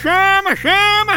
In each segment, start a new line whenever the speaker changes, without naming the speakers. chama, chama!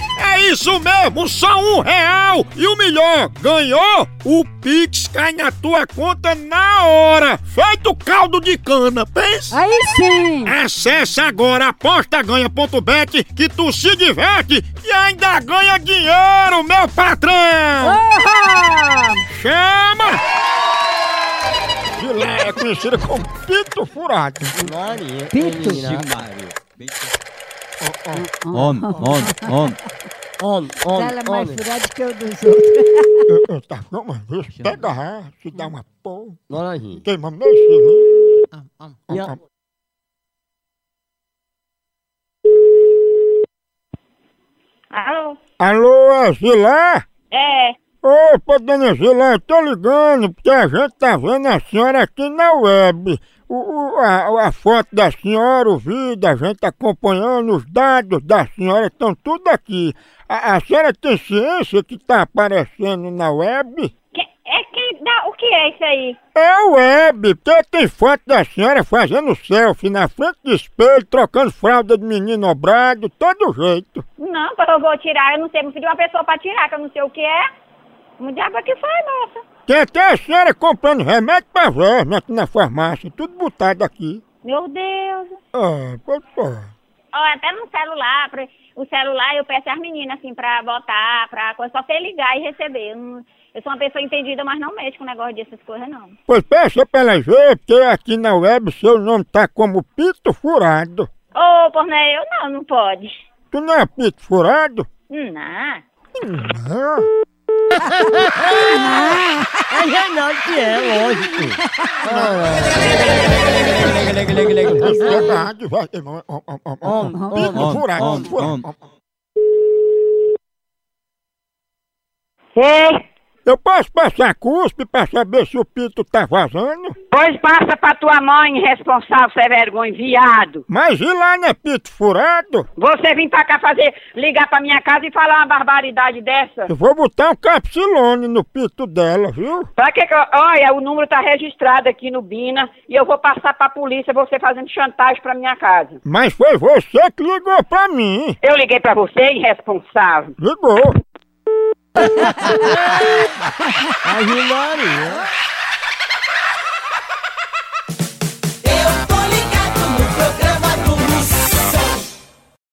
É isso mesmo, só um real! E o melhor, ganhou? O Pix cai na tua conta na hora! Feito caldo de cana, pensa!
Aí sim!
Acesse agora apostaganha.bet que tu se diverte e ainda ganha dinheiro, meu patrão!
Oba!
Chama! Filé é conhecida como pito furado.
Pito!
Homem, homem, homem.
Ela é mais furada que eu dos outros.
Eu, eu tá, tava tomando isso, pega a se dá uma porra,
Bora, gente.
queimamos meu filho.
Minha-
Alô?
Alô, é Zilé?
É,
Opa, dona Zilé, eu tô ligando porque a gente tá vendo a senhora aqui na web. O, o- a, a foto da senhora, o vídeo, a gente tá acompanhando, os dados da senhora estão tudo aqui. A, a senhora tem ciência que tá aparecendo na web?
que, é quem dá, o que é isso aí?
É web, porque tem foto da senhora fazendo selfie na frente do espelho, trocando fralda de menino obrado, todo jeito.
Não, eu vou tirar, eu não sei, vou pedir uma pessoa pra tirar, que eu não sei o que é. O diabo é que faz, moça.
Tem até a senhora comprando remédio pra verme aqui na farmácia, tudo botado aqui.
Meu Deus.
Ah, pô, pô.
Ó, até no celular, pra- o celular eu peço às meninas, assim, pra botar, pra coisa, só você ligar e receber. Eu, não- eu sou uma pessoa entendida, mas não mexo com negócio dessas coisas, não.
Pois peça pra ela ver, porque aqui na web seu nome tá como Pito Furado.
Ô, oh, eu não, não pode.
Tu não é Pito Furado?
Não.
Não.
É Renato que é, lógico.
É Furado, vai. Ó, ó, ó, ó, ó.
Homem,
Pito
homem.
Furado,
homem,
Furado.
homem.
ó, ó.
Ei,
Eu posso passar cuspe pra saber se o Pito tá vazando?
pois passa pra tua mãe, irresponsável, sem vergonha, viado.
Mas e lá não é Pito Furado?
Você vem pra cá fazer, ligar pra minha casa e falar uma barbaridade dessa?
Eu vou botar um capsilone no pito dela, viu?
Pra que que eu- Olha, o número tá registrado aqui no Bina e eu vou passar pra polícia você fazendo chantagem pra minha casa.
Mas foi você que ligou pra mim.
Eu liguei pra você, irresponsável.
Ligou.
Aí, Maria.